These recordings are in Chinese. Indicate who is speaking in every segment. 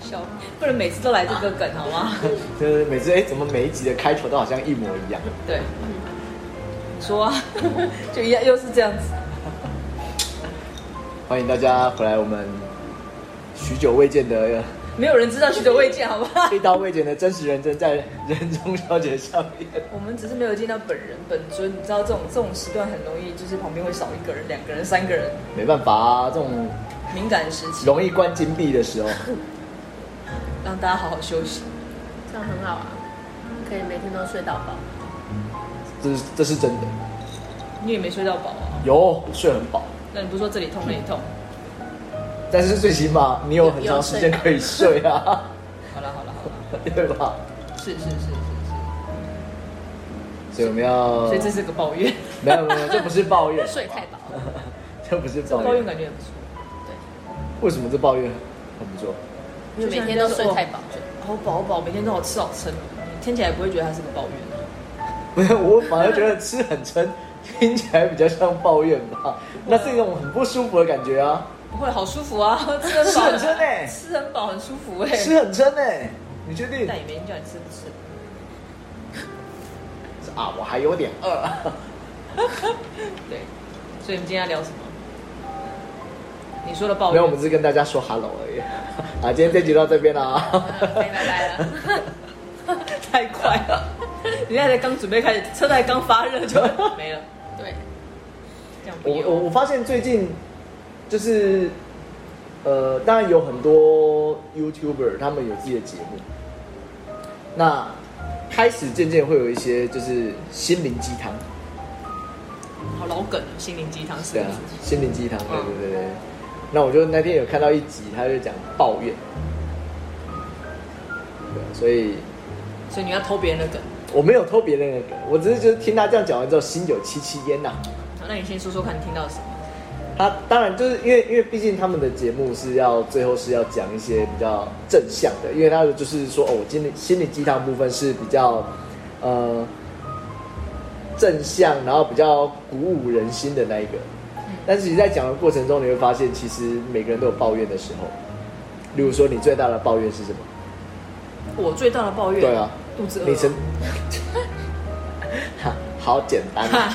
Speaker 1: 笑，不然每次都来这个梗，好吗？
Speaker 2: 就是每次哎，怎么每一集的开头都好像一模一样？
Speaker 1: 对，说啊，就一样，又是这样子。
Speaker 2: 欢迎大家回来，我们许久未见的、
Speaker 1: 没有人知道许久未见，好不好？
Speaker 2: 一刀未剪的真实人真在人中小姐上面。
Speaker 1: 我们只是没有见到本人本尊，你知道这种这种时段很容易，就是旁边会少一个人、两个人、三个人，
Speaker 2: 没办法啊，这种
Speaker 1: 敏感时期，
Speaker 2: 容易关禁闭的时候，
Speaker 1: 让大家好好休息。
Speaker 3: 这样很好啊，可以每天都睡到饱。
Speaker 2: 这是这是真的。
Speaker 1: 你也没睡到饱啊？
Speaker 2: 有睡很饱，
Speaker 1: 那你不是说这里痛那里痛？
Speaker 2: 但是最起码你有很长时间可以睡啊，
Speaker 1: 好了好了好了，
Speaker 2: 对吧？
Speaker 1: 是是是是是，
Speaker 2: 所以我们要
Speaker 1: 所以这是个抱怨，
Speaker 2: 没有没有，这不是抱怨，
Speaker 3: 睡太饱了，
Speaker 2: 这不是
Speaker 1: 这
Speaker 2: 抱
Speaker 1: 抱
Speaker 2: 怨
Speaker 1: 怨。感觉也不错。
Speaker 2: 为什么这抱怨很不错？
Speaker 3: 因为每天都睡太饱。
Speaker 1: 好饱好饱，每天都好吃好撑，听起来不会觉得它是个抱怨。
Speaker 2: 不是，我反而觉得吃很撑，听起来比较像抱怨吧。那是一种很不舒服的感觉啊，
Speaker 1: 不会，好舒服 啊，吃很
Speaker 2: 吃
Speaker 1: 饱，
Speaker 2: 很撑欸
Speaker 1: 吃很饱很舒服哎、
Speaker 2: 吃很撑哎、你确定
Speaker 1: 但？也没人叫你吃不吃，
Speaker 2: 啊，我还有点饿。
Speaker 1: 对，所以我们今天要聊什么？你说的抱
Speaker 2: 没
Speaker 1: 怨，
Speaker 2: 有，我们只是跟大家说 hello 而已。 啊，今天这集到这边啊啦、
Speaker 3: 可 以拜拜了，
Speaker 1: 太快了，人家才刚准备开始，车才刚发热 就没了，
Speaker 3: 对，
Speaker 1: 这样不
Speaker 2: 我我
Speaker 1: 用。
Speaker 2: 我发现最近就是呃，当然有很多 YouTuber 他们有自己的节目，那开始渐渐会有一些就是心灵鸡汤，
Speaker 1: 好老梗啊，心灵鸡汤是
Speaker 2: 对啊
Speaker 1: 不是？，
Speaker 2: 心灵鸡汤，对
Speaker 1: 嗯
Speaker 2: 对对对。那我就那天有看到一集，他就讲抱怨，对啊，所以
Speaker 1: 所以你要偷别人的梗，
Speaker 2: 我没有偷别人的梗，我只是就是听他这样讲完之后，心有戚戚焉呐、
Speaker 1: 好那你先说说看，你听到什么？
Speaker 2: 他当然就是因为因为毕竟他们的节目是要最后是要讲一些比较正向的，因为他的就是说哦，我心理心理鸡汤部分是比较呃正向，然后比较鼓舞人心的那一个。但是其实在讲的过程中，你会发现其实每个人都有抱怨的时候。例如说，你最大的抱怨是什么？
Speaker 1: 我最大的抱怨，
Speaker 2: 对啊，
Speaker 1: 肚子饿
Speaker 2: 你 曾
Speaker 1: 了，
Speaker 2: 哈好简单啊、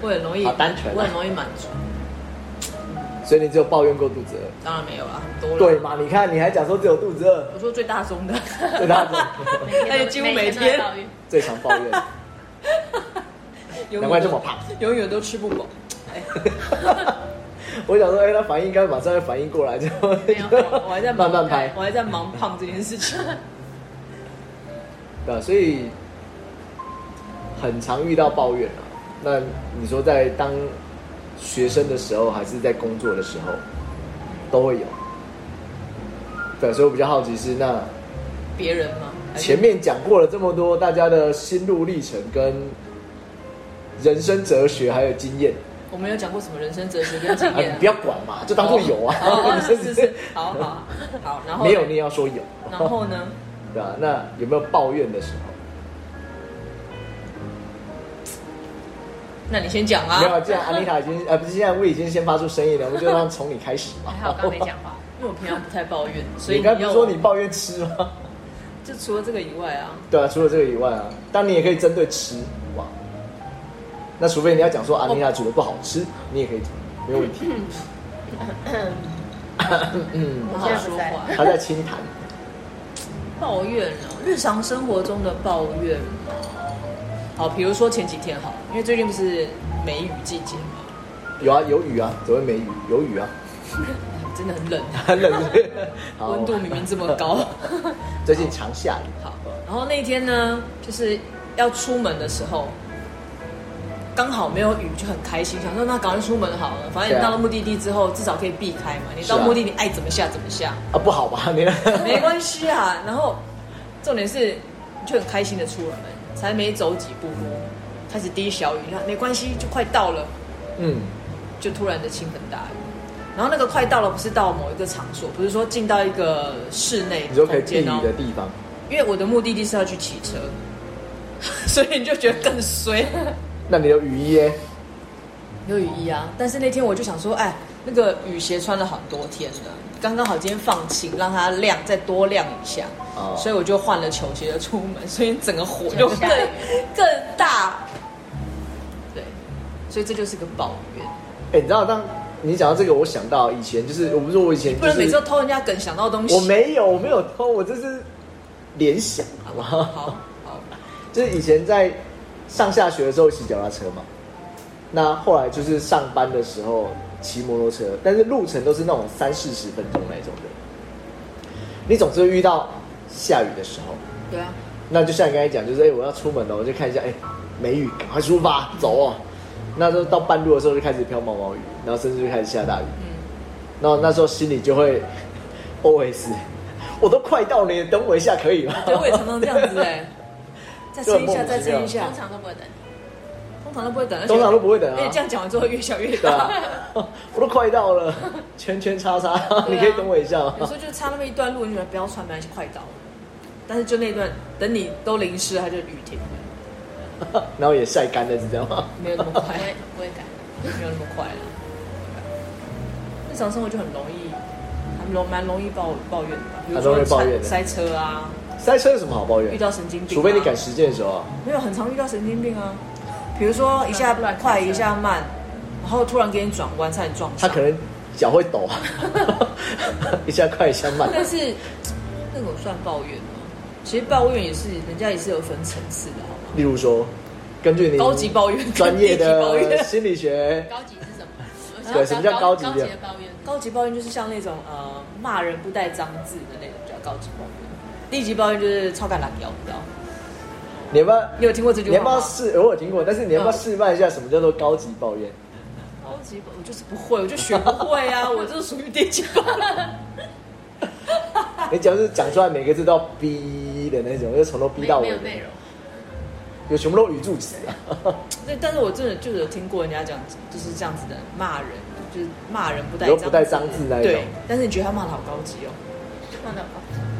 Speaker 1: 我很容易，
Speaker 2: 好单纯啊
Speaker 1: 我很容易满足，
Speaker 2: 所以你只有抱怨过肚子饿，
Speaker 1: 当然没有啦，啊很多了。
Speaker 2: 对，嘛？你看你还讲说只有肚子饿，
Speaker 1: 我说最大宗的，
Speaker 2: 最大 的
Speaker 3: 每
Speaker 1: 而
Speaker 2: 哎
Speaker 3: 天
Speaker 1: 且
Speaker 3: 都
Speaker 1: 几乎每
Speaker 3: 每天
Speaker 1: 天
Speaker 3: 都在抱怨，
Speaker 2: 最常抱怨。
Speaker 1: 永远
Speaker 2: 难怪
Speaker 1: 都
Speaker 2: 这么胖，
Speaker 1: 永远都吃不饱。
Speaker 2: 我想说，哎、他反应应该马上就反应过来，就
Speaker 3: 没有
Speaker 1: 我还在忙
Speaker 2: 慢慢拍
Speaker 1: 我还在忙胖这件事情。
Speaker 2: 对啊，所以很常遇到抱怨啊。那你说在当学生的时候，还是在工作的时候，都会有。对啊，所以我比较好奇是，那
Speaker 1: 别人吗？还是
Speaker 2: 前面讲过了这么多大家的心路历程跟人生哲学还有经验，
Speaker 1: 我们有讲过什么人生哲学跟经
Speaker 2: 啊，
Speaker 1: 验
Speaker 2: 你
Speaker 1: 啊？
Speaker 2: 不要管嘛，就当做有啊。
Speaker 1: 哦，是是是，好好好，然后
Speaker 2: 没有你也要说有。
Speaker 1: 然后呢？
Speaker 2: 对啊，那有没有抱怨的时候？
Speaker 1: 那你先讲
Speaker 2: 没有，
Speaker 1: 啊，
Speaker 2: 既然安妮塔已经，呃，不是，现在我已经先发出声音了，我们就让从你开始 吧。
Speaker 3: 还好刚没 讲话，
Speaker 1: 因为我平常不太抱怨，所以
Speaker 2: 你刚不
Speaker 1: 要
Speaker 2: 是说你抱怨吃吗？
Speaker 1: 就除了这个以外啊，
Speaker 2: 对啊，除了这个以外啊，但你也可以针对吃哇。那除非你要讲说安妮塔煮的不好吃，你也可以讲，没有问题。嗯，
Speaker 1: 不
Speaker 3: 我
Speaker 1: 好
Speaker 3: 现在
Speaker 1: 说
Speaker 3: 不在
Speaker 1: 话。
Speaker 2: 他在清谈，
Speaker 1: 抱怨啊，日常生活中的抱怨。好，比如说前几天好，因为最近不是梅雨季节嘛，
Speaker 2: 有啊，有雨啊，怎么会没雨？有雨啊，
Speaker 1: 真的很冷，啊
Speaker 2: 很冷是不是。好
Speaker 1: 温度明明这么高。
Speaker 2: 最近常下雨，
Speaker 1: 好，然后那一天呢，就是要出门的时候，刚好没有雨，就很开心，想说那赶快出门好了，反正
Speaker 2: 对啊
Speaker 1: 你到了目的地之后，至少可以避开嘛。你到
Speaker 2: 是啊
Speaker 1: 目的地爱怎么下怎么下，
Speaker 2: 啊，不好吧？你
Speaker 1: 没关系啊。然后重点是，你就很开心的出了门，才没走几步路，开始滴小雨，你看没关系，就快到了，
Speaker 2: 嗯，
Speaker 1: 就突然的倾盆大雨。然后那个快到了，不是到某一个场所，不是说进到一个室内
Speaker 2: 你说可以
Speaker 1: 空
Speaker 2: 避
Speaker 1: 间
Speaker 2: 雨
Speaker 1: 哦
Speaker 2: 的地方，
Speaker 1: 因为我的目的地是要去骑车， 所以你就觉得更衰。
Speaker 2: 那你的雨衣耶？
Speaker 1: 有雨衣啊，但是那天我就想说，哎，那个雨鞋穿了好多天了，刚刚好今天放晴，让它晾再多晾一下，
Speaker 2: 哦
Speaker 1: 所以我就换了球鞋就出门，所以整个火就
Speaker 3: 就
Speaker 1: 更
Speaker 3: 下
Speaker 1: 更大。对，所以这就是个抱怨，
Speaker 2: 哎、你知道，当你讲到这个，我想到以前就是，我不是说我以前
Speaker 1: 不
Speaker 2: 就
Speaker 1: 能每次都
Speaker 2: 是，
Speaker 1: 偷人家梗想到的东西。
Speaker 2: 我没有，我没有偷，我这是联想，好不
Speaker 1: 好
Speaker 2: 好？
Speaker 1: 好好，
Speaker 2: 就是以前在上下学的时候骑脚踏车嘛，那后来就是上班的时候骑摩托车，但是路程都是那种三四十分钟那种的，你总是会遇到下雨的时候，
Speaker 1: 对 啊，
Speaker 2: 那就像你刚才讲，就是哎、我要出门了，我就看一下，哎、梅雨，赶快出发，走哦。那时候到半路的时候就开始飘毛毛雨，然后甚至就开始下大雨。然后那时候心里就会 OS：我都快到了，你等我一下可以吗？
Speaker 1: 对，我 也常常这样子哎、再撑一下，再撑一下
Speaker 3: 通，常都不会等你，
Speaker 1: 通常都不会等，而且哎
Speaker 2: 通常都不会等啊
Speaker 1: 而且这样讲完之后越想越
Speaker 2: 对啊
Speaker 1: 大，，
Speaker 2: 我都快到了，圈圈叉 叉，
Speaker 1: 啊
Speaker 2: 你可以等我一下吗
Speaker 1: 有？时候就差那么一段路，你觉得不要穿，没关系，快到了。但是就那段，等你都淋湿，它就雨停了，
Speaker 2: 然后也晒干了，是这样吗？
Speaker 1: 没有那么快
Speaker 3: 不，会不会改。
Speaker 1: 没有那么快了。日常生活就很容易，还容蛮容易抱抱怨的吧，比如
Speaker 2: 很容
Speaker 1: 说
Speaker 2: 易抱怨的
Speaker 1: 塞塞车啊，
Speaker 2: 塞车有什么好抱
Speaker 1: 遇
Speaker 2: 怨？
Speaker 1: 到神经病啊、
Speaker 2: 除非你赶时间的时候啊，
Speaker 1: 没有很常遇到神经病啊，比如说一下快一下慢，然后突然给你转弯，差点撞
Speaker 2: 他
Speaker 1: 上。
Speaker 2: 可能脚会 抖， 一下快一下慢。
Speaker 1: 但是那个我算抱怨吗？其实抱怨也是人家也是有分层次的，好吗？
Speaker 2: 例如说，根据你
Speaker 1: 高级抱怨、
Speaker 2: 专业
Speaker 1: 跟低级抱
Speaker 2: 的
Speaker 1: 怨、
Speaker 2: 心理学，
Speaker 3: 高级是什 么？
Speaker 2: 对什么叫高级的
Speaker 3: 高级的抱怨？
Speaker 1: 高级抱怨就是像那种呃骂人不带脏字的那种叫高级抱怨，低级抱怨就是超感懒摇不到。
Speaker 2: 你要不要？
Speaker 1: 你有听过这句
Speaker 2: 你要不
Speaker 1: 话
Speaker 2: 要
Speaker 1: 吗？
Speaker 2: 试？我有听过，但是你要不要示范一下什么叫做高级抱 怨？
Speaker 1: 高级抱我就是不会，我就学不会 啊，我就是属于低级抱怨。
Speaker 2: 你只要是讲出来每个字都要逼的那种，就从头逼
Speaker 3: 没
Speaker 2: 到
Speaker 3: 有
Speaker 2: 尾
Speaker 3: 没有
Speaker 2: 的，
Speaker 3: 内容，
Speaker 2: 有全部都语助词啊。
Speaker 1: 对，但是我真的就是有听过人家讲，就是这样子的骂人，就是骂人不带
Speaker 2: 有
Speaker 1: 脏
Speaker 2: 不带脏字那一种
Speaker 1: 对，但是你觉得他骂的好高级哦，
Speaker 3: 看到吧？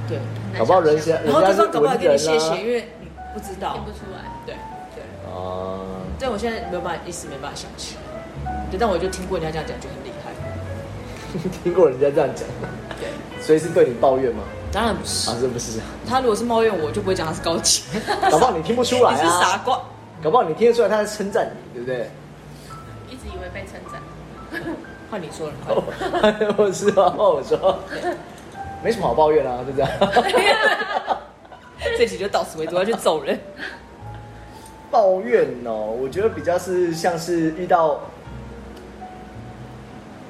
Speaker 1: 对。
Speaker 3: 很难
Speaker 2: 搞不好人
Speaker 3: 想
Speaker 2: 家
Speaker 3: 象
Speaker 1: 然后对
Speaker 2: 人家
Speaker 1: 方
Speaker 2: 是
Speaker 1: 搞不好
Speaker 2: 文
Speaker 1: 给你谢
Speaker 2: 人
Speaker 1: 谢，
Speaker 2: 啊
Speaker 1: 因为你不知道
Speaker 3: 听。不出来。
Speaker 1: 对对。
Speaker 2: 啊，
Speaker 1: 但我现在没有办法，一时没办法想起来。对，但我就听过人家这样讲，就很厉害。
Speaker 2: 听过人家这样讲，
Speaker 1: 对，
Speaker 2: 所以是对你抱怨吗？
Speaker 1: 当然不是
Speaker 2: 啊，。是不是啊？
Speaker 1: 他如果是抱怨我，就不会讲他是高级。
Speaker 2: 搞不好你听不出来
Speaker 1: 你是傻
Speaker 2: 啊，
Speaker 1: 瓜。
Speaker 2: 搞不好你听得出来他在称赞你，对不 对？
Speaker 3: 一直以为被称赞，
Speaker 1: 换你说了，快点
Speaker 2: 我是吗？我说没什么好抱怨啊，就这样。
Speaker 1: 这集就到此为止，我要去走人。
Speaker 2: 抱怨哦，我觉得比较是像是遇到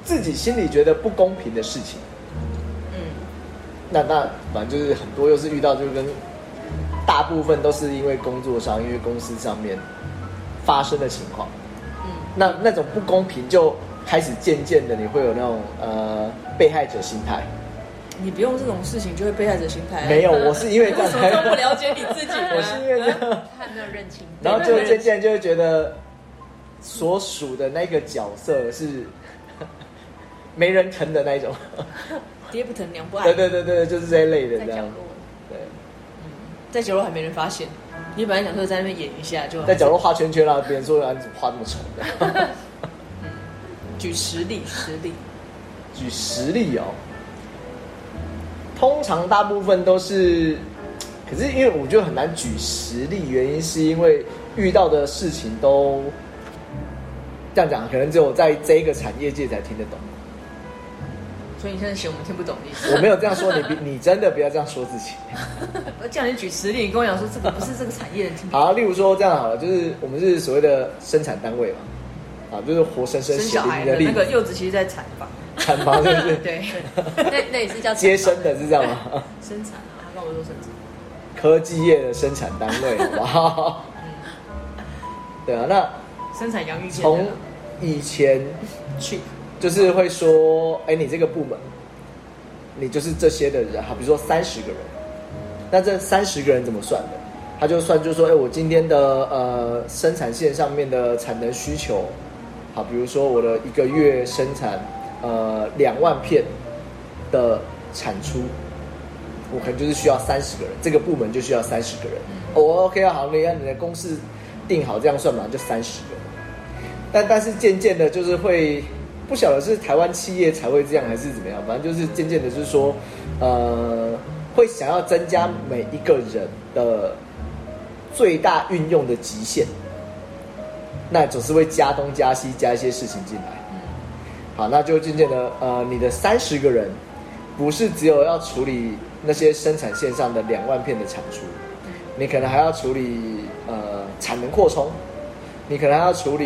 Speaker 2: 自己心里觉得不公平的事情，
Speaker 1: 嗯，
Speaker 2: 那那反正就是很多又是遇到就跟大部分都是因为工作上，因为公司上面发生的情况，
Speaker 1: 嗯，
Speaker 2: 那那种不公平就开始渐渐的你会有那种呃被害者心态。
Speaker 1: 你不用这种事情就会被害者心态。啊
Speaker 2: 没有，我是因为这
Speaker 1: 哎为
Speaker 2: 样
Speaker 1: 什么
Speaker 2: 才
Speaker 1: 这么不了解你自己呢？
Speaker 2: 我是因为这样，
Speaker 3: 他没有认清。
Speaker 2: 然后就渐渐就会觉得所属的那个角色是没人疼的那一种，
Speaker 1: 爹不疼娘不爱。
Speaker 2: 对对对对，就是这一类的
Speaker 3: 在
Speaker 2: 这
Speaker 3: 角
Speaker 2: 样，
Speaker 3: 落，
Speaker 2: 对，
Speaker 1: 在角落还没人发现。你本来想说在那边演一下，就
Speaker 2: 在角落画圈圈啦，别人说啊你怎么画这么丑 的，
Speaker 1: 举实例，实例。
Speaker 2: 举实例哦，通常大部分都是，可是因为我觉得很难举实例，原因是因为遇到的事情都这样讲，可能只有在这一个产业界才听得懂。
Speaker 1: 所以你现在嫌我们听不懂的意思？
Speaker 2: 我没有这样说，你别你真的不要这样说自己。
Speaker 1: 我叫你举实例，你跟我讲说这个不是这个产业的听不懂。
Speaker 2: 好，例如说这样好了，就是我们是所谓的生产单位嘛，啊，就是活生生
Speaker 1: 生
Speaker 2: 血
Speaker 1: 小孩
Speaker 2: 淋淋的
Speaker 1: 的
Speaker 2: 例
Speaker 1: 那个
Speaker 2: 子，
Speaker 1: 柚子其实在产房，
Speaker 2: 产房是不是？
Speaker 1: 对，
Speaker 3: 那那也是叫
Speaker 2: 接生的是这 样吗？
Speaker 1: 生产啊，他跟我说生产，
Speaker 2: 科技业的生产单位，好不好？
Speaker 1: 嗯
Speaker 2: 对啊，那
Speaker 1: 生产养育界
Speaker 2: 从以前
Speaker 1: 去
Speaker 2: 就是会说，哎，你这个部门，你就是这些的人，好，比如说三十个人，那这三十个人怎么算的？他就算就说，哎，我今天的呃生产线上面的产能需求，好，比如说我的一个月生产呃两万片的产出，我可能就是需要三十个人，这个部门就需要三十个人。哦，OK 啊，好，你按你的公式定好，这样算嘛，就三十个。但但是渐渐的，就是会不不晓得是台湾企业才会这样，还是怎么样，反正就是渐渐的，就是说，呃，会想要增加每一个人的最大运用的极限，那总是会加东加西加一些事情进来。
Speaker 1: 嗯
Speaker 2: 好，那就渐渐的，呃，你的三十个人不是只有要处理那些生产线上的两万片的产出，你可能还要处理呃产能扩充，你可能还要处理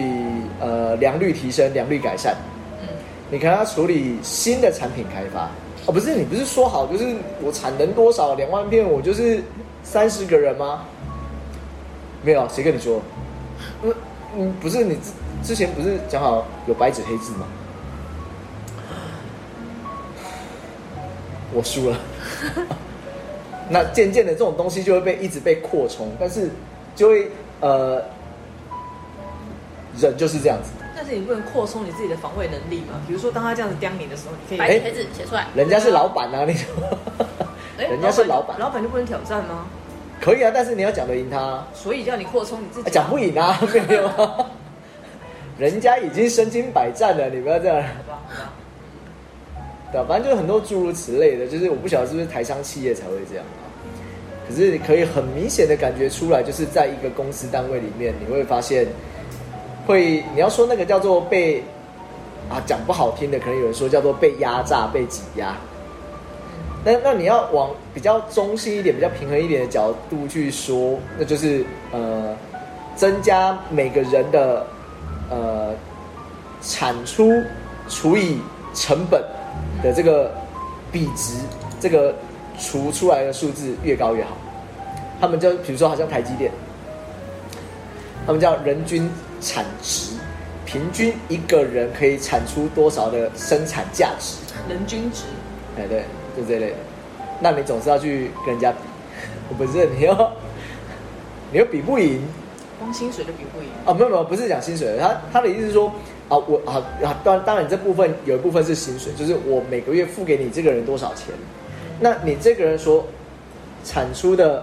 Speaker 2: 呃良率提升、良率改善，
Speaker 1: 嗯，
Speaker 2: 你可能要处理新的产品开发。哦，不是，你不是说好就是我产能多少两万片，我就是三十个人吗？没有，啊谁跟你说？嗯嗯，不是你之之前不是讲好有白纸黑字吗？我输了。那渐渐的，这种东西就会被一直被扩充，但是就会呃，人就是这样子。
Speaker 1: 但是你不能扩充你自己的防卫能力嘛？比如说，当他这样子刁你的时候，你可
Speaker 3: 白
Speaker 1: 以，
Speaker 3: 纸黑字写出来，
Speaker 2: 哎人家是老板啊，你说
Speaker 1: 哎
Speaker 2: 人家是老板
Speaker 1: 老板就不能挑战吗？
Speaker 2: 可以啊，但是你要讲得赢他啊，
Speaker 1: 所以叫你扩充你自己，
Speaker 2: 讲不赢啊， 没有啊。人家已经身经百战了，你不要这样，
Speaker 1: 好吧？好吧
Speaker 2: 对、啊、反正就是很多诸如此类的，就是我不晓得是不是台商企业才会这样啊。可是可以很明显的感觉出来，就是在一个公司单位里面，你会发现会你要说那个叫做被啊讲不好听的，可能有人说叫做被压榨、被挤压。那那你要往比较中性一点、比较平衡一点的角度去说，那就是呃增加每个人的呃产出除以成本的这个比值，这个除出来的数字越高越好。他们就比如说，好像台积电，他们叫人均产值，平均一个人可以产出多少的生产价值？
Speaker 1: 人均值，
Speaker 2: 哎，对，就这类的。那你总是要去跟人家比，不是你要， 你又比不赢
Speaker 1: 光薪水就比不赢。
Speaker 2: 啊？没有没有，不是讲薪水，他他的意思是说啊，我啊啊，当当然这部分有一部分是薪水，就是我每个月付给你这个人多少钱，那你这个人所产出的。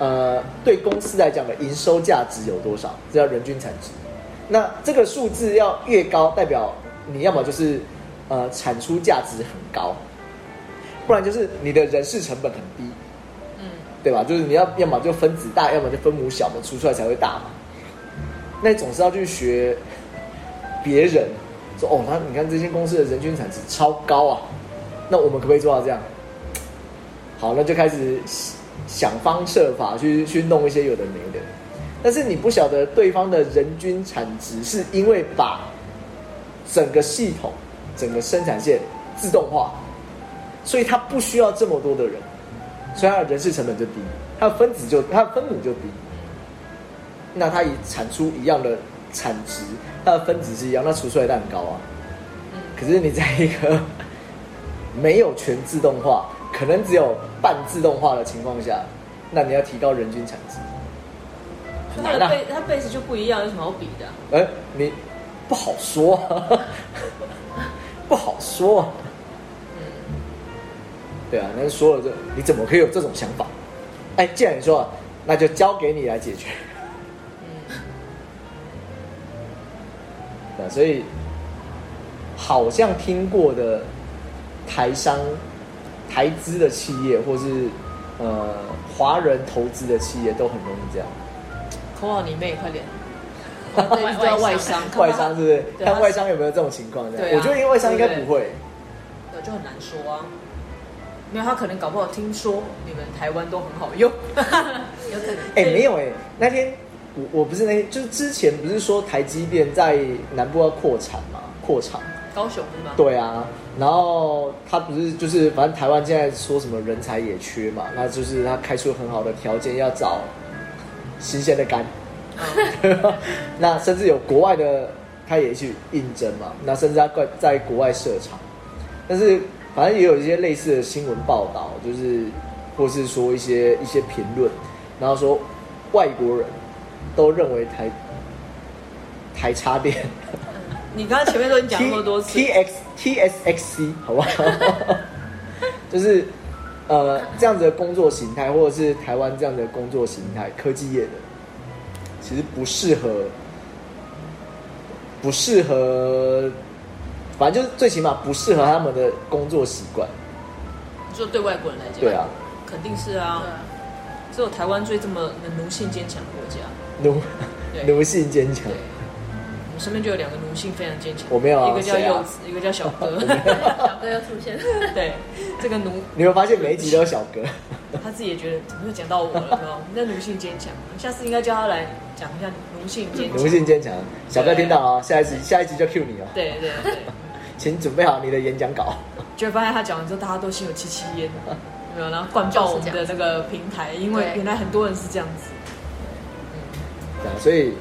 Speaker 2: 呃，对公司来讲的营收价值有多少？这叫人均产值。那这个数字要越高，代表你要么就是呃产出价值很高，不然就是你的人事成本很低，
Speaker 1: 嗯，
Speaker 2: 对吧？就是你要要么就分子大，要么就分母小嘛，除出来才会大嘛。那你总是要去学别人说哦，他你看这些公司的人均产值超高啊，那我们可不可以做到这样？好，那就开始想方设法去去弄一些有的没的。但是你不晓得对方的人均产值，是因为把整个系统、整个生产线自动化，所以它不需要这么多的人，所以它的人事成本就低，它的分子就它的分母就低。那它以产出一样的产值，它的分子是一样，那除出来的很高啊。可是你在一个没有全自动化，可能只有半自动化的情况下，那你要提高人均产值，
Speaker 1: 所
Speaker 2: 很
Speaker 1: 嗯以他
Speaker 2: 难
Speaker 1: 的
Speaker 2: 啊。
Speaker 1: 贝他贝斯就不一样，有什么好比的啊、
Speaker 2: 哎、你不好说、 啊，不好说、啊。对啊，那说了这，你怎么可以有这种想法？哎，既然你说了，那就交给你来解决。对啊，所以好像听过的台商、台资的企业，或是呃华人投资的企业，都很容易这样。
Speaker 1: 扣好你妹，快 点！
Speaker 3: 外
Speaker 1: 这叫外商，
Speaker 2: 外商是不是？
Speaker 1: 对
Speaker 2: 看
Speaker 1: 他
Speaker 2: 外商有没有这种情况？这
Speaker 1: 对啊
Speaker 2: 样，我觉得因为外商应该不会。
Speaker 1: 对就很难说啊。没有，他可能搞不好听说你们台湾都很好用，
Speaker 3: 有 可能。
Speaker 2: 哎，没有哎，那天我我不是那天，就是之前不是说台积电在南部要扩产嘛，扩厂。
Speaker 1: 高雄是吗？
Speaker 2: 对啊，然后他不是就是反正台湾现在说什么人才也缺嘛，那就是他开出很好的条件，要找新鲜的肝。
Speaker 1: 嗯，
Speaker 2: 那甚至有国外的他也去应征嘛，那甚至他在在国外设厂，但是反正也有一些类似的新闻报道，就是或是说一些一些评论，然后说外国人都认为台台插电
Speaker 1: 你刚才前面都已经
Speaker 2: T
Speaker 1: 讲那么多 次
Speaker 2: T，X T S X C 好不好？ 就是呃这样子的工作形态，或者是台湾这样的工作形态，科技业的其实不适合不适合反正就是最起码不适合他们的工作习惯。
Speaker 1: 就对外国人来讲，
Speaker 2: 对啊，
Speaker 1: 肯定是啊，
Speaker 3: 对啊，
Speaker 1: 只有台湾最这么奴性坚强的国家。
Speaker 2: 奴
Speaker 1: 对
Speaker 2: 奴性坚强
Speaker 1: 对，，我身边就有两个奴性非常坚强，
Speaker 2: 我没有啊
Speaker 1: 一个叫
Speaker 2: 谁啊
Speaker 1: 柚子，一个叫小哥。
Speaker 3: 小哥又出现，
Speaker 1: 对，这个奴
Speaker 2: 你有没有发现每一集都有小哥，
Speaker 1: 他自己也觉得怎么又讲到我了，是吧？那奴性坚强，下次应该叫他来讲一下奴性坚强。
Speaker 2: 奴性坚强，小哥听到啊，下一集下一集就 Q 你哦，
Speaker 1: 对对对，
Speaker 2: 请准备好你的演讲稿。
Speaker 1: 就发现他讲完之后，大家都心有戚戚焉，有没有？然后灌爆我们的那个平台，因为
Speaker 3: 对
Speaker 1: 原来很多人是这样子。
Speaker 2: 对啊，所以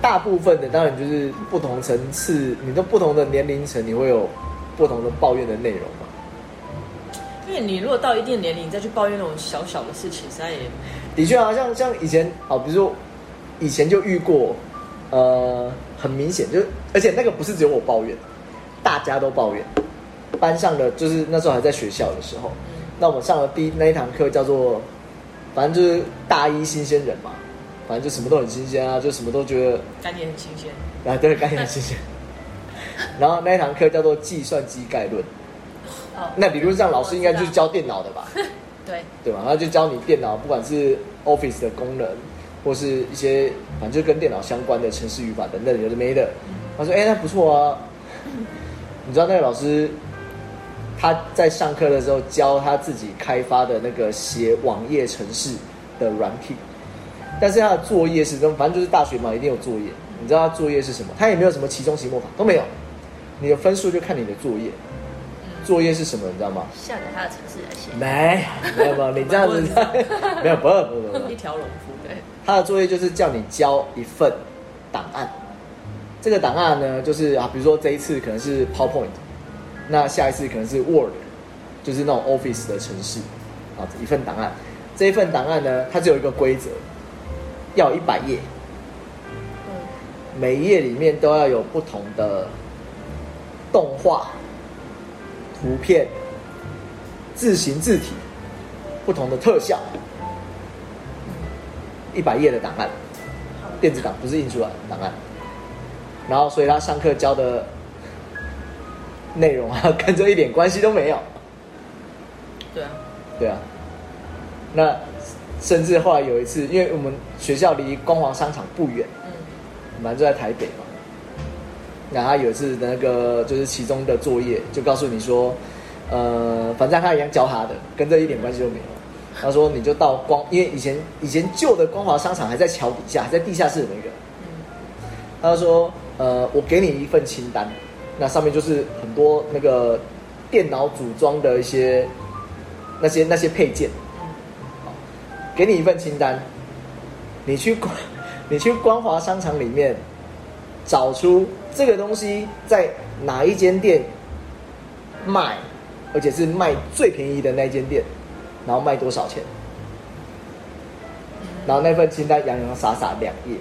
Speaker 2: 大部分的当然就是不同层次，你都不同的年龄层，你会有不同的抱怨的内容嘛。
Speaker 1: 因为你如果到一定年龄，你再去抱怨那种小小的事情，实在也
Speaker 2: 的确啊，像像以前哦，比如说以前就遇过，呃，很明显就是，而且那个不是只有我抱怨，大家都抱怨。班上的就是那时候还在学校的时候，那我们上了第一那一堂课叫做，反正就是大一新鲜人嘛，反正就什么都很新鲜啊，就什么都觉得
Speaker 1: 感觉很新鲜。
Speaker 2: 啊，对，概念谢谢。然后那一堂课叫做计算机概论，
Speaker 3: 哦，
Speaker 2: 那理论上老师应该就是
Speaker 3: 我知道
Speaker 2: 教电脑的吧，
Speaker 3: 对，
Speaker 2: 对吧？他就教你电脑，不管是 Office 的功能，或是一些反正就跟电脑相关的程式语法等等有的没的。他说：“哎、那不错啊。”你知道那个老师他在上课的时候教他自己开发的那个写网页程式的软体，但是他的作业是，反正就是大学嘛，一定有作业。你知道他作业是什么？他也没有什么期中、期末考都没有，你的分数就看你的作业。作业是什么？你知道吗？
Speaker 3: 下载他的城市来写，
Speaker 2: 没，没有没有，你这样子没有，不不不不
Speaker 1: 一
Speaker 2: 不，
Speaker 1: 条龙服务，
Speaker 3: 对，
Speaker 2: 他的作业就是叫你交一份档案，这个档案呢，就是啊，比如说这一次可能是 PowerPoint，那下一次可能是 Word，就是那种 Office 的程式啊，一份档案，这一份档案呢，它只有一个规则，要一百页，
Speaker 3: 嗯，
Speaker 2: 每一页里面都要有不同的动画、图片、字形、字体、不同的特效，一百页的档案，电子档不是印出来的档案。然后，所以他上课教的内容啊，跟这一点关系都没有。
Speaker 1: 对啊，
Speaker 2: 对啊，那甚至后来有一次，因为我们学校离光华商场不远，
Speaker 1: 嗯，
Speaker 2: 我们就在台北嘛。然后他有一次的那个就是其中的作业，就告诉你说，呃，反正他一样教他的，跟这一点关系都没有。他说你就到光，因为以前以前旧的光华商场还在桥底下，还在地下室的那个。他就说，呃，我给你一份清单，那上面就是很多那个电脑组装的一些那些那些配件，好给你一份清单，你去光，你去光华商场里面找出这个东西在哪一间店卖，而且是卖最便宜的那间店，然后卖多少钱。然后那份清单洋洋洒洒两页，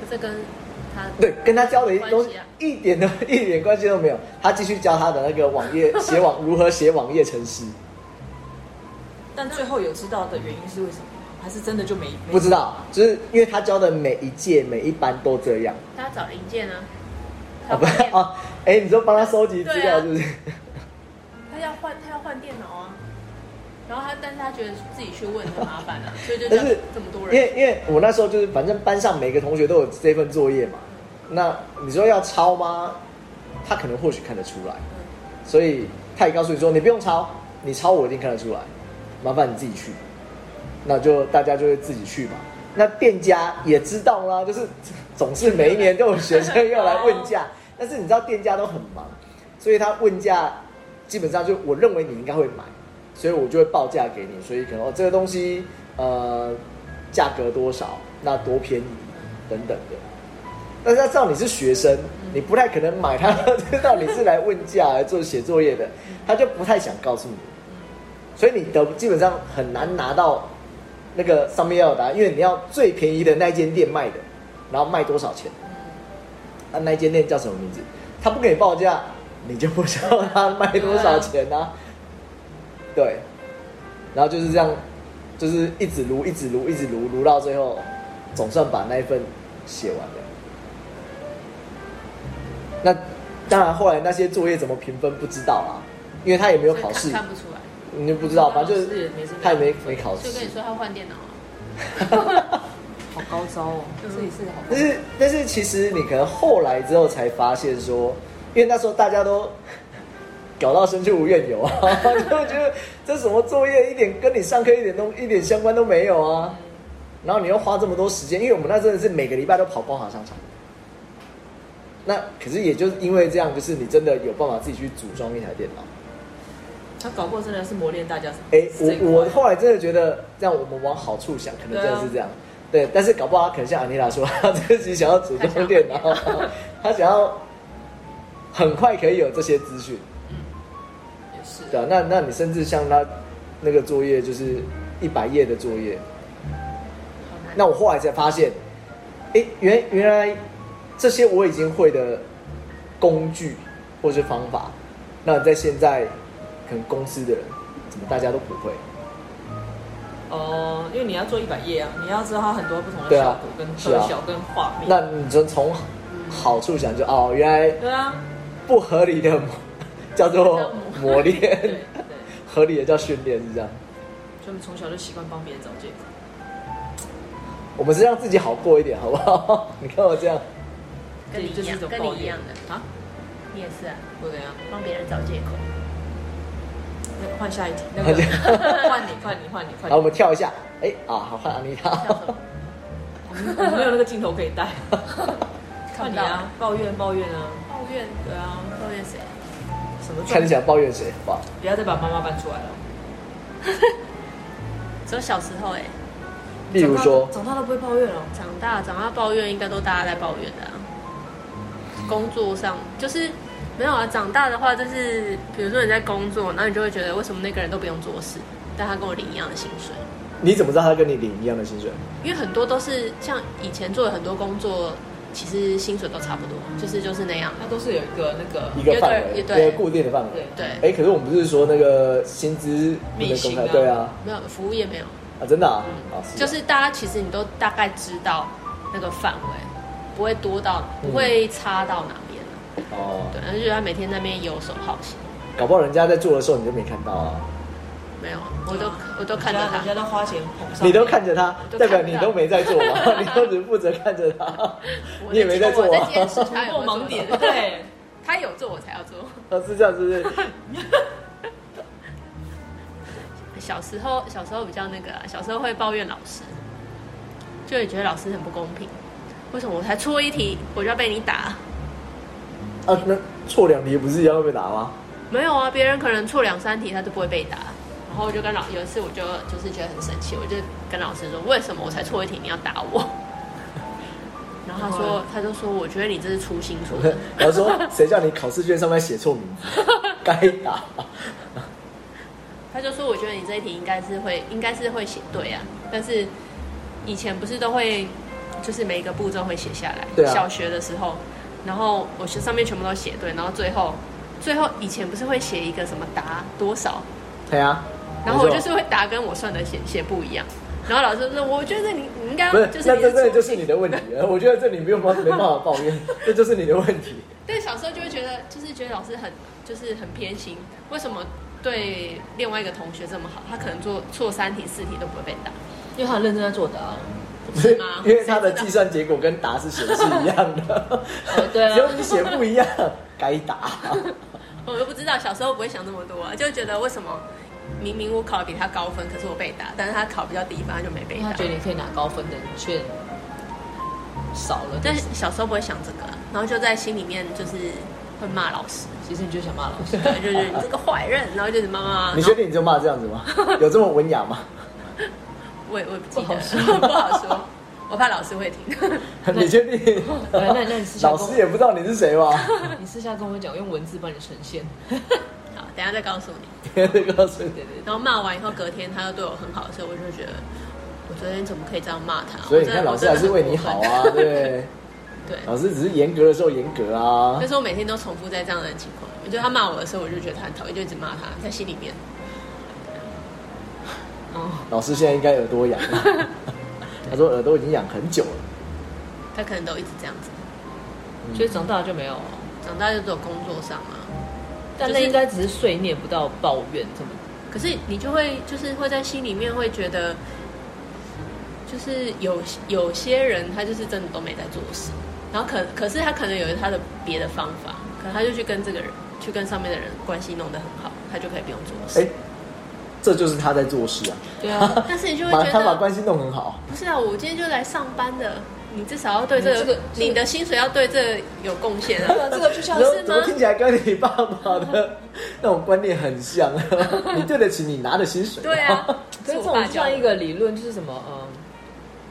Speaker 3: 可这跟他
Speaker 2: 对，跟他教的东西
Speaker 3: 关系啊
Speaker 2: 一点都一点关系都没有。他继续教他的那个网页写网如何写网页程式，
Speaker 1: 但最后有知道的原因是为什么吗？还是真的就没没
Speaker 2: 不知道，就是因为他教的每一届每一班都这样。
Speaker 3: 他找零件啊，
Speaker 2: 啊
Speaker 1: 哦
Speaker 3: 他
Speaker 2: 不
Speaker 3: 换电
Speaker 2: 啊，哎、你说帮他收集资料是不是？
Speaker 3: 他要换他要换电脑啊，然后他但是他觉得自己去问很麻烦 啊，所以就叫
Speaker 2: 但是
Speaker 3: 这么多
Speaker 2: 因为
Speaker 3: 人，
Speaker 2: 因为我那时候就是反正班上每个同学都有这份作业嘛，那你说要抄吗？他可能或许看得出来，所以他也告诉你说你不用抄，你抄我一定看得出来，麻烦你自己去。那就大家就会自己去嘛。那店家也知道啦，就是总是每一年都有学生要来问价，但是你知道店家都很忙，所以他问价基本上就我认为你应该会买，所以我就会报价给你，所以可能哦这个东西呃价格多少，那多便宜等等的。但是他知道你是学生，你不太可能买他， 知道你是来问价来做写作业的，他就不太想告诉你，所以你得基本上很难拿到那个上面要有答案，因为你要最便宜的那间店卖的，然后卖多少钱？那、那间店叫什么名字？他不给你报价，你就不知道他卖多少钱啊。对，然后就是这样，就是一直撸，一直撸，一直撸，撸到最后，总算把那一份写完了。那当然后来那些作业怎么评分不知道啊，因为他也没有考试，
Speaker 3: 看看不出来，
Speaker 2: 你就不知道，反正就
Speaker 1: 老师
Speaker 2: 是
Speaker 1: 也没什么
Speaker 2: 他也没没考试
Speaker 3: 就。跟你说他换电脑啊，
Speaker 1: 好高招哦，
Speaker 3: 嗯
Speaker 1: 这也是好高
Speaker 2: 但是但是其实你可能后来之后才发现说，因为那时候大家都 搞到身去无怨尤啊， 就觉得这什么作业一点跟你上课一点都一点相关都没有啊，然后你又花这么多时间，因为我们那真的是每个礼拜都跑光华商场。那可是也就是因为这样，就是你真的有办法自己去组装一台电脑。
Speaker 1: 他搞过真的是磨练大家。
Speaker 2: 哎、
Speaker 1: 这一块
Speaker 2: 我我后来真的觉得，这样我们往好处想，可能真的是这样。对，但是搞不好他可能像安妮拉说，他自己想要组装电脑，他想要很快可以有这些资讯。
Speaker 1: 也是，
Speaker 2: 对啊，那那你甚至像他那个作业，就是一百页的作业，
Speaker 3: 好难
Speaker 2: 那我后来才发现，哎、原原来这些我已经会的工具或是方法，那在现在可能公司的人怎么大家都不会？
Speaker 1: 哦，因为你要做一百页啊，你要知道它很多不同的
Speaker 2: 对
Speaker 1: 效
Speaker 2: 啊
Speaker 1: 果跟
Speaker 2: 是啊
Speaker 1: 特效跟画面。
Speaker 2: 那你就从好处想就，哦，原来
Speaker 1: 对啊，
Speaker 2: 不合理的磨叫做哦 磨
Speaker 1: 对
Speaker 2: 练，
Speaker 1: 对，
Speaker 2: 合理的叫训练，是这样。
Speaker 1: 所以我们从小就习惯帮别人找借口。
Speaker 2: 我们是让自己好过一点，好不好？你看我这样，
Speaker 3: 跟你
Speaker 1: 这就
Speaker 3: 一
Speaker 1: 是
Speaker 3: 样，
Speaker 1: 种
Speaker 3: 跟
Speaker 1: 抱
Speaker 3: 你一
Speaker 1: 怨
Speaker 3: 样的，
Speaker 1: 啊？
Speaker 3: 你也是啊，
Speaker 1: 我怎样？
Speaker 3: 帮别人找借口。
Speaker 1: 那换下一题，那个换你， 换你，换你，换
Speaker 2: 好，我
Speaker 1: 你。
Speaker 2: 们跳一下，哎、啊，好，换安妮塔，
Speaker 3: 像 什么？
Speaker 1: 我们没有那个镜头可以带。
Speaker 3: 看
Speaker 1: 换
Speaker 3: 不
Speaker 1: 你
Speaker 3: 到
Speaker 1: 啊，抱怨抱怨啊，
Speaker 3: 抱怨，
Speaker 1: 对啊，
Speaker 3: 抱怨谁？
Speaker 1: 什么状
Speaker 2: 看你想抱怨谁，好不好？
Speaker 1: 不要再把妈妈搬出来了。
Speaker 3: 只有小时候哎、
Speaker 2: 例如说，
Speaker 1: 长大长大都不会抱怨了。
Speaker 3: 长大长大抱怨应该都大家在抱怨的、啊。工作上就是没有啊，长大的话就是，比如说你在工作，然后你就会觉得为什么那个人都不用做事，但他跟我领一样的薪水。
Speaker 2: 你怎么知道他跟你领一样的薪水？
Speaker 3: 因为很多都是像以前做的很多工作，其实薪水都差不多，就是就是那样。
Speaker 1: 它都是有一个那个
Speaker 2: 一个范围，
Speaker 3: 也
Speaker 2: 一
Speaker 3: 对
Speaker 2: 个固定的范围
Speaker 1: 对。
Speaker 3: 对，
Speaker 2: 哎、可是我们不是说那个薪资不
Speaker 1: 米
Speaker 2: 能公开？
Speaker 1: 薪啊
Speaker 2: 对啊，
Speaker 3: 没有服务业没有，
Speaker 2: 啊，真的啊，啊啊
Speaker 3: 就是大家其实你都大概知道那个范围，不会多到不会差到哪边、啊
Speaker 2: 哦，
Speaker 3: 对，然后就是他每天在那边游手好闲，
Speaker 2: 搞不好人家在做的时候你就没看到啊，
Speaker 3: 没有，我都我都看着
Speaker 1: 人家
Speaker 3: 他
Speaker 1: 人。家都花钱捧上
Speaker 2: 你都看着他，
Speaker 3: 都
Speaker 2: 代
Speaker 3: 看着
Speaker 2: 表
Speaker 3: 他
Speaker 2: 你都没在做 嘛，你都只负责看着他，
Speaker 3: 我
Speaker 2: 你也没在做
Speaker 3: 我
Speaker 2: 啊
Speaker 3: 在，坚持他
Speaker 1: 他
Speaker 3: 有
Speaker 1: 有
Speaker 3: 没有
Speaker 1: 盲点，
Speaker 3: 做
Speaker 1: 对，
Speaker 3: 他有做我才要做。
Speaker 2: 啊是这样，是不是？
Speaker 3: 小时候小时候比较那个、啊，小时候会抱怨老师，就会觉得老师很不公平，为什么我才错一题我就要被你打？
Speaker 2: 啊，那错两题不是一样会被打吗？
Speaker 3: 没有啊，别人可能错两三题他都不会被打。然后我就跟老有一次我就就是觉得很生气，我就跟老师说为什么我才错一题你要打我？ 然后他
Speaker 1: 然后
Speaker 3: 说
Speaker 1: 呢
Speaker 3: 他就说我觉得你这是粗心错的，
Speaker 2: 然后说谁叫你考试卷上面写错名字， 该打。
Speaker 3: 他就说我觉得你这一题应该是会应该是会写对啊，但是以前不是都会就是每一个步骤会写下来，
Speaker 2: 对啊
Speaker 3: 小学的时候，然后我是上面全部都写对，然后最后最后以前不是会写一个什么答多少，
Speaker 2: 对啊，
Speaker 3: 然后我
Speaker 2: 没
Speaker 3: 就
Speaker 2: 错
Speaker 3: 是会答跟我算的写写不一样，然后老师说我觉得你你应该
Speaker 2: 不是，
Speaker 3: 就是
Speaker 2: 那
Speaker 3: 你
Speaker 2: 这真的
Speaker 3: 粗
Speaker 2: 就
Speaker 3: 心
Speaker 2: 是你的问题了。我觉得这里没有办法没办法抱 怨，这就是你的问题。
Speaker 3: 对，小时候就会觉得，就是觉得老师很，就是很偏心。为什么对另外一个同学这么好？他可能做错三题、四题都不会被打，
Speaker 1: 因为他很认真在啊作答。
Speaker 3: 是吗
Speaker 2: 因为他的计算结果跟答是显示一样 的，
Speaker 3: 哦
Speaker 1: 对啊
Speaker 2: 只有你写不一样，该打。
Speaker 3: 我都不知道。小时候不会想那么多、啊，就觉得为什么明明我考的比他高分，可是我被打，但是他考比较低分，他就没被
Speaker 1: 因为
Speaker 3: 打
Speaker 1: 他。觉得你可以拿高分的，你却少了。
Speaker 3: 但是小时候不会想这个啊、然后就在心里面就是会骂老师，
Speaker 1: 其实你就想骂 老师，
Speaker 3: 对就是你这个坏人，然后就是妈妈，
Speaker 2: 你
Speaker 3: 然后
Speaker 2: 确定你就骂这样子吗？有这么文雅吗？
Speaker 3: 我也我也不记得，
Speaker 1: 不好说
Speaker 3: 不好说，我怕老师会听。
Speaker 2: 你确定？
Speaker 1: 那那那你私下
Speaker 2: 老
Speaker 1: 跟我
Speaker 2: 师也不知道你是谁吧？
Speaker 1: 你私下跟我讲，用文字帮你呈现。
Speaker 3: 好，等一下再告诉你。
Speaker 2: 别人告诉你，
Speaker 1: 对对对，
Speaker 3: 然后骂完以后，隔天他又对我很好的时候，我就觉得我昨天怎么可以这样骂他？
Speaker 2: 所以你
Speaker 3: 我真的
Speaker 2: 看老师还是为你好。啊，对。
Speaker 3: 我真的很过分
Speaker 2: 老师只是严格的时候严格啊
Speaker 3: 对，但。是我每天都重复在这样的情况。我觉得他骂我的时候，我就觉得他很讨厌，就一直骂他，在心里面。
Speaker 1: 哦，
Speaker 2: 老师现在应该耳朵 痒了，他说耳朵已经痒很久了。嗯
Speaker 3: 他可能都一直这样子。
Speaker 1: 所以长大就没有哦。
Speaker 3: 长大就只有工作上啊。
Speaker 1: 但那应该只是碎念，不到抱怨这么。
Speaker 3: 可是你就会就是会在心里面会觉得，就是有有些人他就是真的都没在做事，然后可可是他可能有他的别的方法，可能他就去跟这个人去跟上面的人关系弄得很好，他就可以不用做事。
Speaker 2: 哎，这就是他在做事啊。
Speaker 1: 对 啊，
Speaker 3: 但是你就会
Speaker 2: 把
Speaker 3: 觉
Speaker 2: 他把
Speaker 3: 得
Speaker 2: 关系弄很好，
Speaker 3: 不是啊，我今天就来上班的，你至少要对这个
Speaker 1: 你这个
Speaker 3: 你的薪水要对这个有贡献啊
Speaker 1: 对。 啊，这个就像
Speaker 2: 怎么
Speaker 1: 是
Speaker 2: 怎么听起来跟你爸爸的 那种观念很像？ 你对得起你拿的薪水？
Speaker 3: 对 啊，
Speaker 1: 可是这
Speaker 3: 是我
Speaker 1: 种
Speaker 3: 爸
Speaker 1: 就
Speaker 3: 教
Speaker 1: 像
Speaker 3: 我
Speaker 1: 一个理论，就是什么，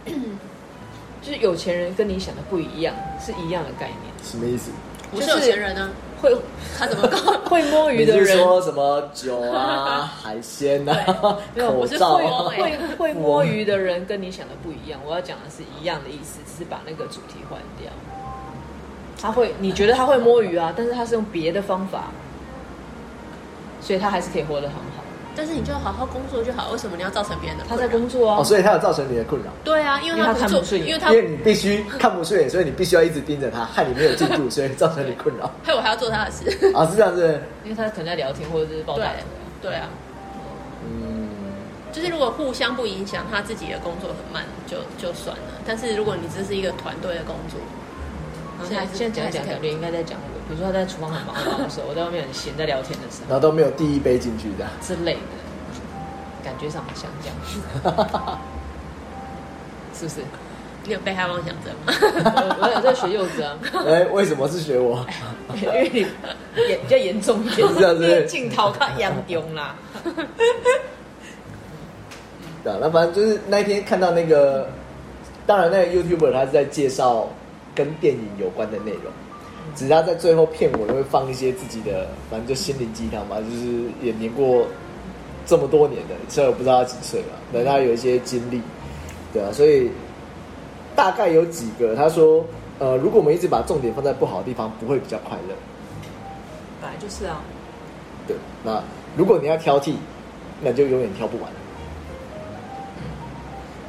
Speaker 1: 嗯， 就是有钱人跟你想的不一样，是一样的概念。
Speaker 2: 什么意思？
Speaker 3: 我
Speaker 1: 就是
Speaker 3: 是有钱人呢、
Speaker 1: 会
Speaker 3: 他怎么搞？
Speaker 1: 会摸鱼
Speaker 2: 你
Speaker 1: 的
Speaker 2: 是
Speaker 1: 人，
Speaker 2: 说什么酒 啊、海鲜啊、
Speaker 1: 没有
Speaker 2: 口
Speaker 1: 我是
Speaker 2: 罩
Speaker 1: 会
Speaker 2: 啊
Speaker 3: 我？
Speaker 1: 会会摸鱼的人跟你想的不一样。我要讲的是一样的意思，只是把那个主题换掉。他会，你觉得他会摸鱼啊？但是他是用别的方法，所以他还是可以活得很好。
Speaker 3: 但是你就好好工作就好，为什么你要造成别人的
Speaker 1: 他
Speaker 3: 困扰？
Speaker 1: 在工作啊，
Speaker 2: 哦，所以他有造成你的困扰，
Speaker 3: 对啊，因为
Speaker 1: 因为他
Speaker 3: 不
Speaker 1: 看
Speaker 3: 做，
Speaker 1: 不顺眼
Speaker 3: 因为他
Speaker 2: 因为你必须看不顺眼，所以你必须要一直盯着他，害你没有进步，所以造成你困扰。
Speaker 3: 害我还要做他的事。
Speaker 2: 啊，是这样子。
Speaker 1: 因为他可能在聊天或者是抱
Speaker 3: 对
Speaker 1: 大腿啊。
Speaker 3: 对啊，
Speaker 2: 嗯，
Speaker 3: 就是如果互相不影响，他自己的工作很慢就就算了。但是如果你这是一个团队的工作，然后
Speaker 1: 现
Speaker 3: 他还
Speaker 1: 在
Speaker 3: 是
Speaker 1: 嗯现在讲一讲，
Speaker 3: 还是
Speaker 1: 感
Speaker 3: 可以
Speaker 1: 觉应该在讲我，比如说他在厨房很忙很忙的 时候，我在外面很闲在聊天的时
Speaker 2: 然
Speaker 1: 候
Speaker 2: 后都没有第一杯进去的。
Speaker 1: 之类的，感觉上像这样， 是不是？
Speaker 3: 你有被害妄想症
Speaker 1: 我
Speaker 3: 吗？
Speaker 1: 我有在学柚子啊，
Speaker 2: 哎，为什么是学我？
Speaker 1: 因为你严比较严重一 点，
Speaker 2: 是啊是
Speaker 1: 因为镜头看严重啦。
Speaker 2: 对啊，那反正就是那一天看到那个，当然那个 YouTuber 他是在介绍跟电影有关的内容，只是他在最后片尾会放一些自己的，反正就心灵鸡汤嘛，就是也年过这么多年的，虽然我不知道他几岁嘛，但他有一些经历，对啊，所以大概有几个他说，呃，如果我们一直把重点放在不好的地方，不会比较快乐，
Speaker 1: 本来就是啊，
Speaker 2: 对，那如果你要挑剔，那就永远挑不完。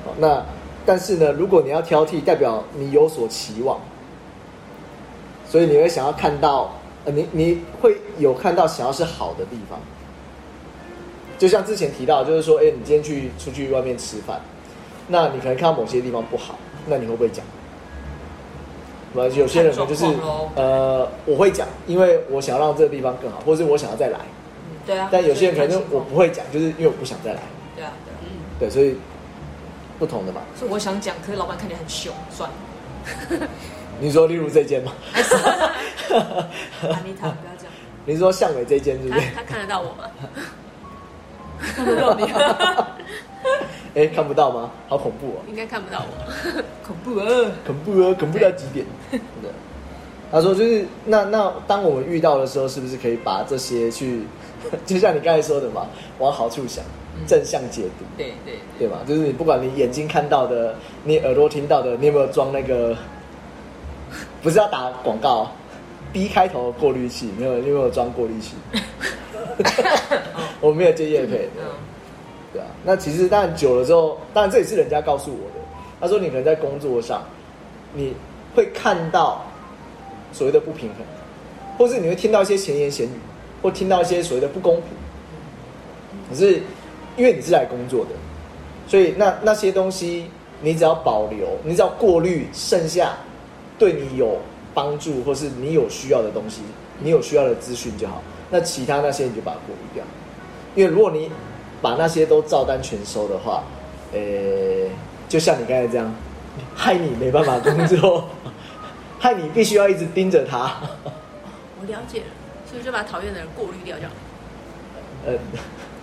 Speaker 2: 好，那但是呢，如果你要挑剔，代表你有所期望，所以你会想要看到，呃，你你会有看到想要是好的地方。就像之前提到，就是说，哎、你今天去出去外面吃饭，那你可能看到某些地方不好，那你会不会讲？那有些人可能就是
Speaker 1: 看状况咯
Speaker 2: 呃，我会讲，因为我想要让这个地方更好，或是我想要再来。
Speaker 1: 嗯对啊。
Speaker 2: 但有些人可能就
Speaker 1: 所以
Speaker 2: 我不会讲，就是因为我不想再来。
Speaker 1: 对啊，对啊。
Speaker 3: 嗯，
Speaker 2: 对，所以不同的嘛。
Speaker 1: 所以我想讲，可是老板看起来很凶， 算了。
Speaker 2: 你说例如这间吗？
Speaker 1: 安妮塔，不要讲。
Speaker 2: 你说巷尾这间是不
Speaker 3: 他
Speaker 2: 是？
Speaker 3: 他看得到我吗？
Speaker 2: 哎、看不到吗？好恐怖哦，
Speaker 3: 应该看不到我。
Speaker 1: 恐怖啊！
Speaker 2: 恐怖哦，恐怖到极点。对。他说就是那那当我们遇到的时候，是不是可以把这些去， 就像你刚才说的嘛，往好处想，正向解读。
Speaker 1: 对对，
Speaker 2: 对吧？就是你不管你眼睛看到的，你耳朵听到的，你有没有装那个？ 不是要打广告哦，B 开头的过滤器，没有，你有没有装过滤器？我没有接叶配，
Speaker 1: 嗯，
Speaker 2: 对啊。那其实当然久了之后，当然这也是人家告诉我的。他说你可能在工作上，你会看到所谓的不平衡，或是你会听到一些闲言闲语，或听到一些所谓的不公平。可是因为你是来工作的，所以那那些东西你只要保留，你只要过滤剩下对你有帮助或是你有需要的东西，你有需要的资讯就好。那其他那些你就把它过滤掉，因为如果你把那些都照单全收的话，呃、就像你刚才这样，害你没办法工作， 害你必须要一直盯着他。
Speaker 3: 我了解了，所以就把讨厌的人过滤掉就好
Speaker 2: 呃，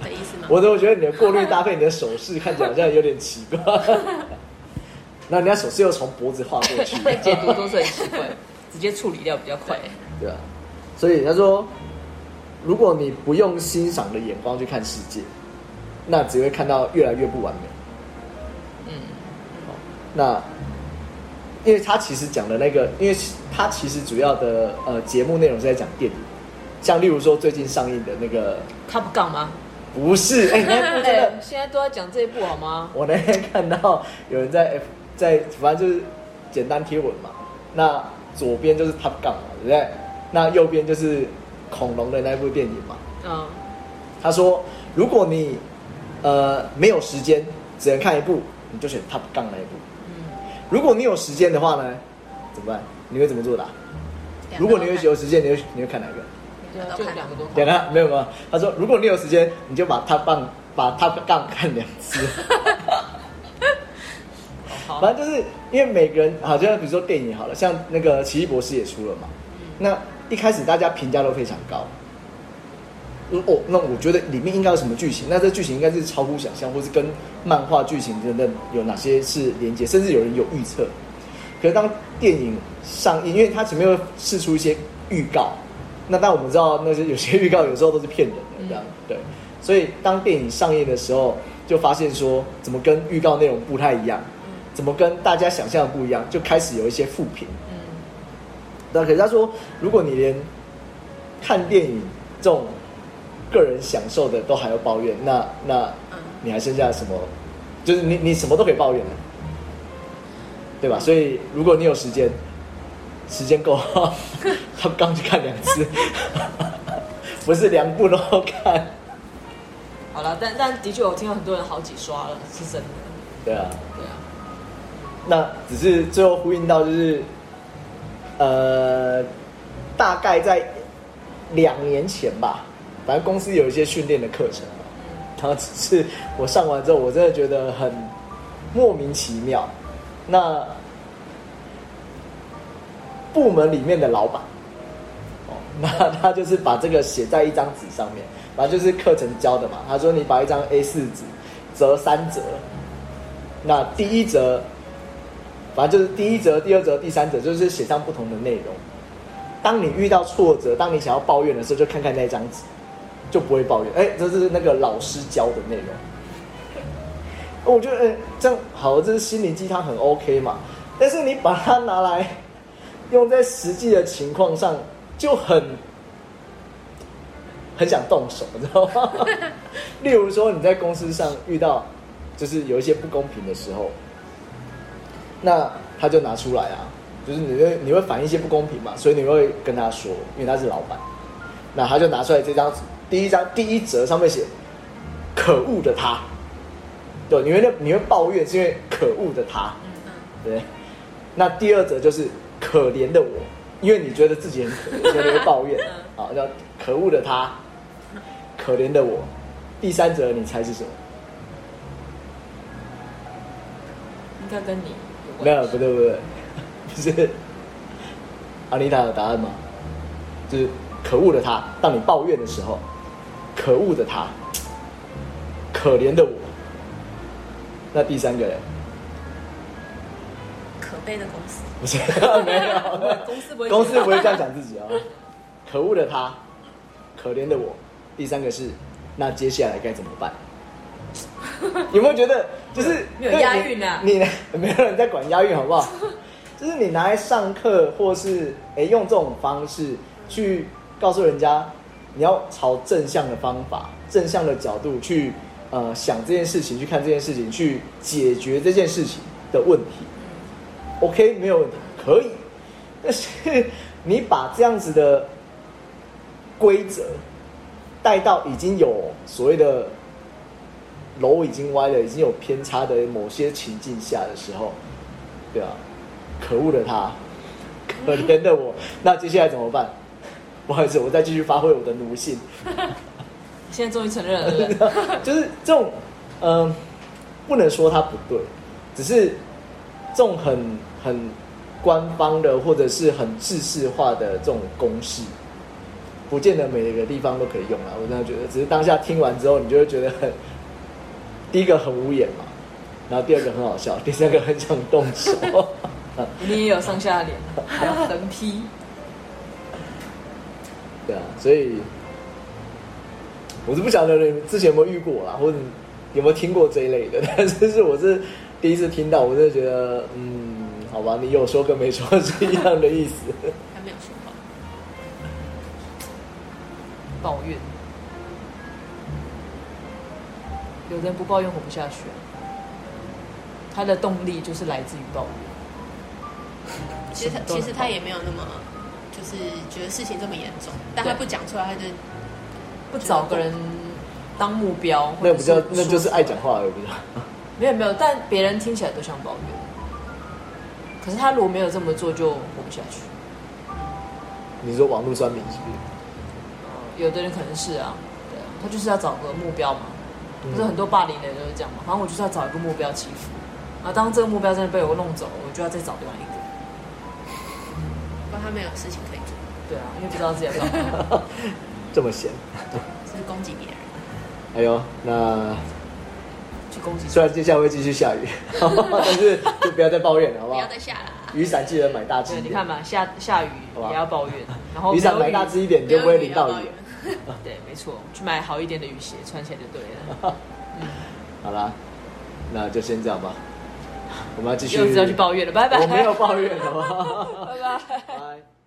Speaker 3: 的意思吗？
Speaker 2: 我都觉得你的过滤搭配你的手势，看起来好像有点奇怪。那人家手势又从脖子划过去，
Speaker 1: 被解读都是很奇怪，直接处理掉比较快。
Speaker 2: 对啊，所以他说，如果你不用欣赏的眼光去看世界，那只会看到越来越不完美。哦
Speaker 1: 嗯，
Speaker 2: 那因为他其实讲的那个，因为他其实主要的呃节目内容是在讲电影，像例如说最近上映的那个，
Speaker 1: 他不杠吗？
Speaker 2: 不是哎、那部真的
Speaker 1: 哎，现在都在讲这一部好吗？
Speaker 2: 我那天看到有人在 F 在，反正就是简单贴文嘛。那左边就是 Top Gun 嘛，对不对？那右边就是恐龙的那部电影嘛。
Speaker 1: 嗯，
Speaker 2: 他说，如果你呃没有时间，只能看一部，你就选 Top Gun 那一部。如果你有时间的话呢，怎么办？你会怎么做的啊、如果你有有时间，你会你会看哪一个？
Speaker 1: 对
Speaker 3: 两
Speaker 1: 啊，
Speaker 3: 个
Speaker 1: 就
Speaker 3: 都看
Speaker 1: 两个都看
Speaker 2: 等一下没有没有，他说如果你有时间，你就把 Top Gun 把 Top Gun 看两次。
Speaker 1: 好，好
Speaker 2: 反正就是因为每个人，好像比如说电影好了，像那个《奇异博士》也出了嘛，那一开始大家评价都非常高。嗯哦，那我觉得里面应该有什么剧情？那这剧情应该是超乎想象，或是跟漫画剧情等等有哪些是连接？甚至有人有预测。可是当电影上映，因为它前面会试出一些预告，那但我们知道那些有些预告有时候都是骗人的，这样、对。所以当电影上映的时候，就发现说怎么跟预告内容不太一样，怎么跟大家想象的不一样，就开始有一些负评。
Speaker 1: 嗯，
Speaker 2: 那可是他说，如果你连看电影这种个人享受的都还要抱怨，那那
Speaker 3: 嗯
Speaker 2: 你还剩下什么？就是你你什么都可以抱怨的，对吧？所以如果你有时间，时间够， 他刚去看两次， 不是两部都看，
Speaker 1: 好了，但但的确我听到很多人好几刷了，是真的，
Speaker 2: 对啊。
Speaker 1: 对啊，
Speaker 2: 那只是最后呼应到就是，呃，大概在两年前吧，反正公司有一些训练的课程，然后只是我上完之后，我真的觉得很莫名其妙。那部门里面的老板，哦，那他就是把这个写在一张纸上面，反正就是课程教的嘛。他说你把一张 A 四纸折三折，那第一折，反正就是第一折、第二折、第三折，就是写上不同的内容。当你遇到挫折，当你想要抱怨的时候，就看看那张纸，就不会抱怨。哎、这是那个老师教的内容。我觉得，哎、这样好，这是心灵鸡汤很 OK 嘛。但是你把它拿来用在实际的情况上，就很很想动手，你知道吗？例如说，你在公司上遇到就是有一些不公平的时候，那他就拿出来啊，就是你会你会反映一些不公平嘛，所以你会跟他说，因为他是老板，那他就拿出来这张第一张第一折上面写“可恶的他”，对，你会你会抱怨是因为可恶的他，对。那第二则就是可怜的我，因为你觉得自己很可怜，所以你会抱怨啊，叫可恶的他，可怜的我。第三则你猜是什么？
Speaker 1: 应该跟你
Speaker 2: 没
Speaker 1: 关
Speaker 2: 有，
Speaker 1: 系
Speaker 2: 不对不 对，不是。阿丽塔有答案吗？就是可恶的他，当你抱怨的时候，可恶的他，可怜的我。那第三个人
Speaker 3: 可悲的公司，
Speaker 2: 不是 没有，
Speaker 1: 公司不会
Speaker 2: 公司不会这样讲自己啊、可恶的他，可怜的我。第三个是，那接下来该怎么 办？有没有觉得就是
Speaker 1: 没有押韵啊
Speaker 2: 你你 没有人在管押韵好不 好？就是你拿来上课，或是哎、诶用这种方式去告诉人家，你要朝正向的方法、正向的角度去呃想这件事情，去看这件事情，去解决这件事情的问题。OK，没有
Speaker 1: 嗯
Speaker 2: 问题，可以。但是你把这样子的规则带到已经有所谓的楼已经歪了，已经有偏差的某些情境下的时候，对啊，可恶的他，可怜的我，那接下来怎么办？不好意思，我再继续发挥我的奴性。
Speaker 1: 现在终于承认了，对不对
Speaker 2: 就是这种，嗯、不能说它不对，只是这种很很官方的或者是很制式化的这种公式，不见得每个地方都可以用啊。我真的觉得，只是当下听完之后，你就会觉得很，第一个很无眼嘛，然后第二个很好笑，第三个很想动手。
Speaker 1: 你也有上下脸，还有横批，
Speaker 2: 对啊，所以我是不晓得你们之前有没有遇过啦，或者有没有听过这一类的， 但是是我是第一次听到，我真的觉得，嗯，好吧，你有说跟没说是一样的意思。
Speaker 3: 还没有说话。
Speaker 1: 抱怨。有的人不抱怨活不下去啊、他的动力就是来自于抱怨。
Speaker 3: 其实
Speaker 1: 什
Speaker 3: 他
Speaker 1: 么都能
Speaker 3: 其实他也没有那么，就就是觉得事情这么严重，但他
Speaker 1: 对
Speaker 3: 不讲出来，他就
Speaker 1: 不找个人当目标，
Speaker 2: 那不叫
Speaker 1: 或者
Speaker 2: 那就是
Speaker 1: 说
Speaker 2: 爱讲话而已，不是？
Speaker 1: 没有没有，但别人听起来都像抱怨。可是他如果没有这么做，就活不下去。
Speaker 2: 你说网络酸民是不是？
Speaker 1: 有的人可能是啊，对啊，他就是要找个目标嘛。不是很多霸凌的人都是这样嘛？反正我就是要找一个目标欺负，啊，当这个目标真的被我弄走，我就要再找另外一个。
Speaker 3: 不然他没有事情可以做，
Speaker 1: 对啊，因为不知道自己要干嘛。
Speaker 2: 这么闲？
Speaker 3: 就是攻击别人。
Speaker 2: 哎呦，那
Speaker 1: 去攻击
Speaker 2: 虽然接下来会继续下雨，但是就不要再抱怨了，好不
Speaker 3: 不
Speaker 2: 好
Speaker 3: 要？再下了啊，
Speaker 2: 雨伞记得买大只
Speaker 1: 对，
Speaker 2: 一
Speaker 1: 你
Speaker 2: 点，
Speaker 1: 看嘛，下下雨
Speaker 2: 好吧
Speaker 1: 也要抱怨，然后
Speaker 2: 雨伞
Speaker 1: 没有
Speaker 2: 买大只一点，你就不会淋到
Speaker 3: 不要
Speaker 2: 雨
Speaker 3: 抱。怨
Speaker 1: 对，没错，去买好一点的雨鞋穿起来就对了。
Speaker 2: 好啦，那就先这样吧。我们要继续，
Speaker 1: 又是要去抱怨了，拜拜。
Speaker 2: 我没有抱怨，好不好？
Speaker 1: 拜拜。
Speaker 2: 拜。